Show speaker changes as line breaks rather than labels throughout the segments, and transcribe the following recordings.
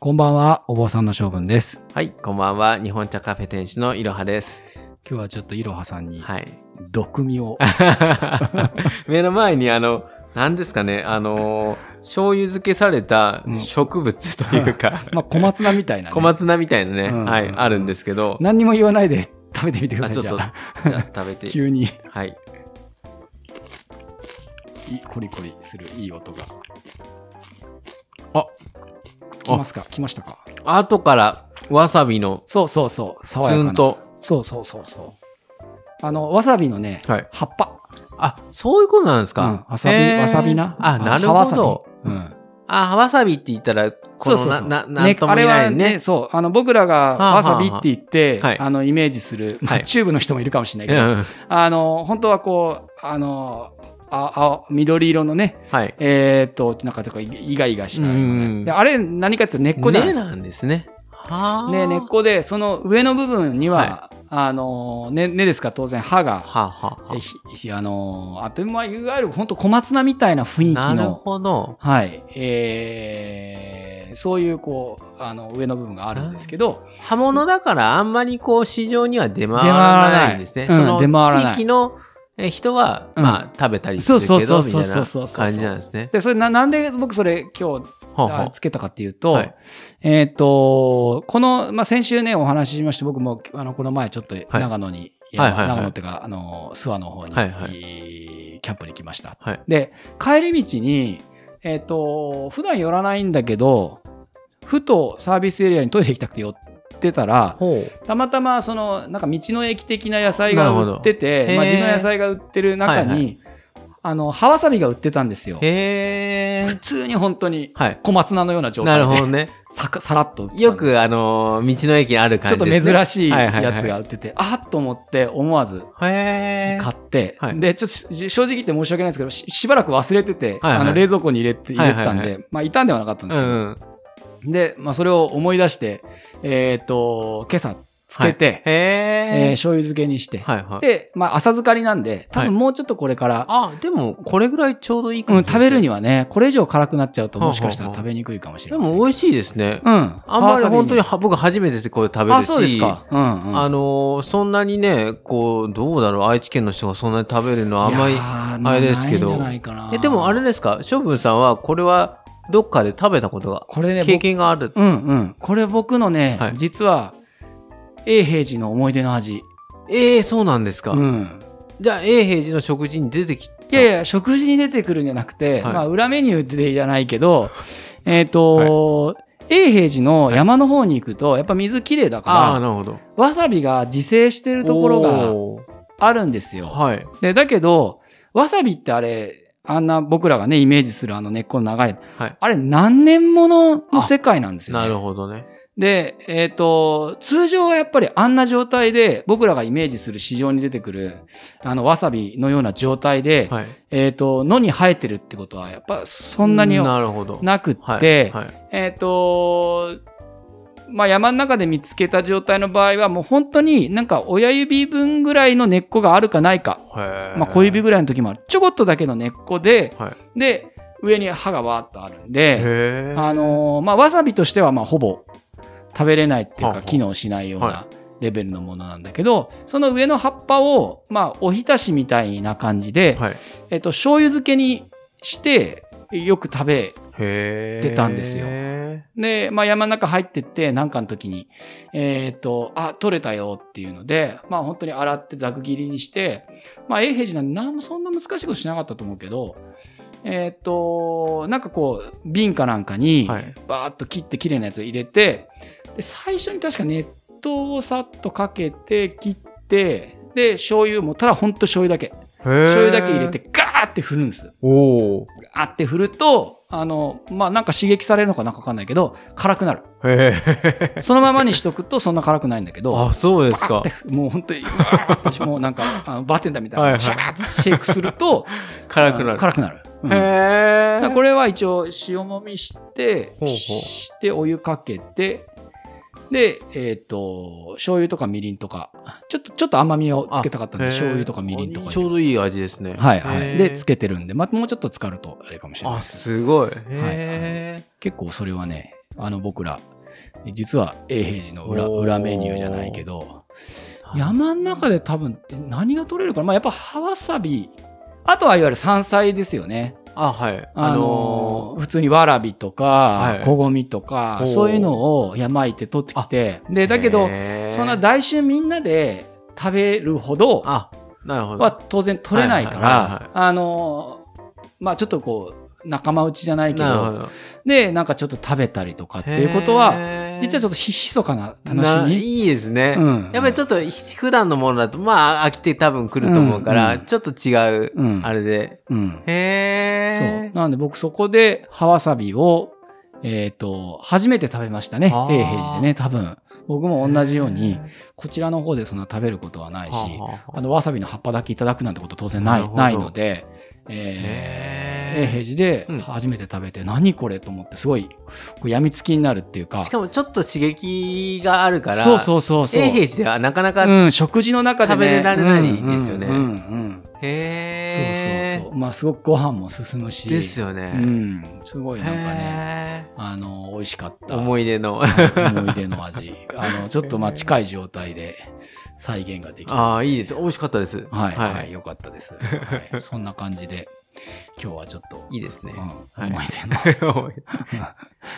こんばんは、お坊さんの性分です。
はい、こんばんは。日本茶カフェ店主のいろはです。
今日はちょっといろはさんに
はい。
毒味 を。
目の前にあの、何ですかね、あの、醤油漬けされた
うん
植物というか、
まあ、小松菜みたいなね、
小松菜みたいなね、
うん
はい、あるんですけど、
何にも言わないで 食べてみてくだ
あ
さい。
ちょっ
じ
と、じ
ゃ
ゃ
あ
あ食べて、
急に
はい。
いいコリコリするいい音が。
あ
来ますか来ましたか
後からわさびの
そうそうそう、
ツ
爽やか
ー
な。
ン。と、
そうそうそうそう。あの、わさびのね、
はい
葉っぱ。
あ、そういうことなんです
うん
か。
わさび、
へー
わさびな。
あ、なる
葉わ
ほ
さび
ど。。
うん。
あ、わさびって言ったら、こ
そう
の
そうそう。
な、な、なんとも
ね
言え
あれ
な
はい
ね
ね、。そう。あの、僕らが
あ
わさびって言って、
はい
あの、イメージする、まあ
はい
チューブの人もいるかもしれな
う
いけど、
ん
あの、本当はこう、あの、あ、あ、緑色のね、
はい。
えーっと、なんか、とか、イガイガしたようなね、
うん
であれ、何かっていうと根っこじゃない
根
ですか。
なんですね。はあ。
ね、根っこで、その上の部分には、
は
あの、根、根ですから当然歯が、
はあ、はあはあ
え、ひひあの、あと、まあ、いわゆる本当小松菜みたいな雰囲気
なる
の、
ほど。
はい、えー、そういう、こう、あの、上の部分があるんですけど、
刃物だからあんまりこう市場には出回
出回ら
ら
ない
ないんですね。
うん
その
出回らない
地域のえ人は、
うん
まあ食べたりするけ
そうそ
ど
う
み
そ
た
う
い
そう
な
そうそう
感じなんですね。
で、それな、なんで僕それ今日、
ほうほ
あ
う
つけたかっていうと、
はい
えっ、と、この、まあ、先週ね、お話ししました、僕も、あの、この前ちょっと長野に、いや
はいはいはい
長野っていうか、あの、諏訪の方に、
はいはい
いいキャンプに来ました。
はい。
で、帰り道に、えっ、と、普段寄らないんだけど、ふとサービスエリアにトイレ行きたくて寄ってたら、
ほう。
たまたま、その、なんか道の駅的な野菜が売ってて、ま
な
あ、
るほどへ
地
ー
の野菜が売ってる中に、
はい
あの、葉わさびが売ってたんですよ。
へ
普
え。
通に本当に
はい。
小松菜のような状
な
態
る
で、
ほどね。
さかさらっと売ってたんで
よくあのー道の駅にある
ちょ
感
っ
じ
と
です、ね。
珍しいやつ
はいはい
が売ってて、あっと思って思わず
はい。へえ。
買って、
はい
で、ちょっとし正直言って申し訳ないんですけど、ししばらく忘れてて、
はいはい
あの冷蔵庫に入れて、入れてたんで、
はいはい
まあ、傷んではなかったんで
う
すけど、
ん。
で、まあ、それを思い出して、えっ、と、今朝つけて、
へ
えー
え。
醤油漬けにして、
はいはい。
で、まあ、浅漬かりなんで、多分もうちょっとこれから、
あ、でもこれぐらいちょうどいいか
う
も
ん、
しれ
食
ない
べるにはね、これ以上辛くなっちゃうと、
はあ
も
はあ
しかしたら食べにくいかもし
で
れません。
も美味しいですね。
うん。
あんまり本当に
わ
は僕初めてこれ食べ
さびに
る
あ、
し。
そうですか。うん、うん。
あのーそんなにね、こう、どうだろう、愛知県の人がそんなに食べるのはあんまり
いや。ー
あれですけど
ないんじゃないかな
え、でもあれですか、処分さんは、これは、どっかで食べたことが、
これね
経験がある。
僕うんうんこれ僕のね、
はい
実は永平寺の思い出の味
ええそうなんですか。
うん
じゃあ、永平寺の食事に出てき
いやいや食事に出てくるんじゃなくて、
はい
まあ裏メニューでじゃないけ どえっと、永平寺の山の方に行くとやっぱ水きれいだ
ああ、
か
なるほど。
らわさびが自生してるところが
お
あるんです
ー
よ
はい。
でだけどわさびってあれあんな僕らがねイメージするあの根っこの長い
はい。
あれ何年ものの世界なんですよ、ね、
なるほどね。
で、えっ、と、通常はやっぱりあんな状態で、僕らがイメージする市場に出てくる、あの、わさびのような状態で、
はい。
えっ、と、野に生えてるってことは、やっぱそんなに
なるほど。
なくって、
はい。はい。
えっ、と、まあ、山の中で見つけた状態の場合は、もう本当になんか親指分ぐらいの根っこがあるかないか、まあ、小指
ぐ
ぐらいの時もある。ちょこっとだけの根っこで、
はい
で、上に歯がわーっとあるんで、
へえ。
あのーまあ、わさびとしてはまあほぼ食べれないっていう
はあ
か
はあ
機能しないような
は
レベルのものなんだけどその上の葉っぱを、まあ、おひたしみたいな感じで、
はい。
えっと、醤油漬けにしてよく食べ
へえ。
出たんですよで、まあ、山の中入ってってなんかの時にえっとあ取れたよっていうので、まあ、本当に洗ってざく切りにして、まあ、永平寺なんでなんもそんな難しいことしなかったと思うけど。えっとなんかこう瓶かなんかに、
はい。
バーッと切って綺麗なやつを入れてで最初に確か熱湯をさっとかけて切ってで醤油もただほんと醤油だけ醤
醤
油だけ入れ。てガーって振るんです
おお。
ガーって振るとあのまあなんか刺激されるのかなんかわかんないけど辛くなる
へえ。
そのままにしとくとそんな辛くないんだけど
あ、そうです
バ
か
ー。ってもう本当にうわーってもうなん かあのバーテンダーみたいな
はいはい
シャーってシェイクすると
辛くなる。
辛くなる、うんだ
へ
からこれは一応塩もみして
ほうほう
してお湯かけてでえっ、と醤油とかみりんとかちょっとちょっと甘みをつけたかったんで
へー
醤油とかみりんとか
ちょう
で
どいい味ですね。
はいはいでつ
け
けてるんで、まあ、もうちょっと浸かるとあれかもしれない
あ、
です
すごい。へえ。
結構それはねあの僕ら実は永平寺の裏
おー
裏メニューじゃないけど山の中で多分何が取れるかな、まあ、やっぱ葉わさびあとはいわゆる山菜ですよね、
あはい
あ
あ
の
の
ー普通にわらびとか、
い
こごみとか
おー
そういうのを山行って取ってきてでだけどそんな大衆みんなで食べるほど
あなるほど
は当然取れないか
はいはいはいは
らあのーまあちょっとこう仲間内じゃないけ
なるほ
ど
どっ
でなんかちょっと食べたりとかっていうことは実はちょっとひひそかな楽しみ。
いいですね、
うん
やっぱりちょっと普段のものだとまあ飽きて多分来ると思うから、
うんうん
ちょっと違う、
うん
あれで
うんそ
へ
う。なんで僕そこで、葉わさびを、えっ、と、初めて食べましたね。
あー
永平寺でね、多分。僕も同じように
へ、
こちらの方でそんな食べることはないし、あ
あ
の、わさびの葉っぱだけいただくなんてこと当然な
ないるほど
ないので、えー永平
う
寺
ん
で初めて食べて、何これと思って、すごい、こう、やみつきになるっていうか。
しかもちょっと刺激があるから
そうそうそうそう。
永平寺ではなかなか、
うん、食事の中で、ね、
食べられないですよね
うんうんうん
へえ
そうそうそう。まあ、すごくご飯も進むし。
ですよね、
うん。すごいなんかね、
へ
あの、美味しかった。
ー思い 出の
思い出の 味。あの、ちょっとまあ近い状態で再現ができた。
ああいいです美味しかったです
はい、
は
はいい、よかった です。はいそんな感じで、今日はちょっと、
い、いですね
うん、
い
思い出の。
思い出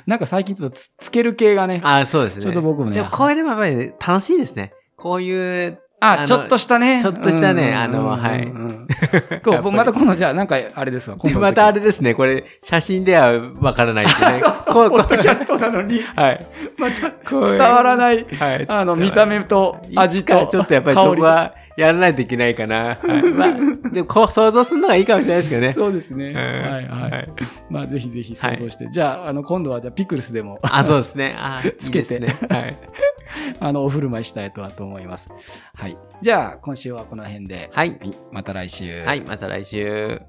なんか最近ちょっとつつける系がね、
ああそうですね
ちょっと僕もね、
でもこういうのもやっぱりね楽しいですねこういう あ
あ、
の
ちょっとしたね。
ちょっとした
う
ね
ん
あのはい
うんうんうん
やっぱ
今日、
り
また今度じゃあ、なんかあれですわ。今
で
度の時。
またあれですね、これ、写真ではわからないです ね
そうそう、
こ
ポ
う
ッドキャストなのに、
はい。
また
ういう
伝わらない、
はい。
あの、見た目と味
味か
と、
ちょっとやっぱり
香
そ
り
ことはやらないといけないか な。はいまあ、 でも、こう想像するのがいいかもしれないですけどね。
そうですね。
うん
はいはい。
はい
まあ、ぜひぜひ想像して。じゃあ、あの、今度は、じゃあピクルスでも、
あ、そうですね。あ、いいですね
つ。
はい。
あの、お振る舞いしたいとはと思います。はい。じゃあ、今週はこの辺で、
はい。
また来週。
はい、また来週。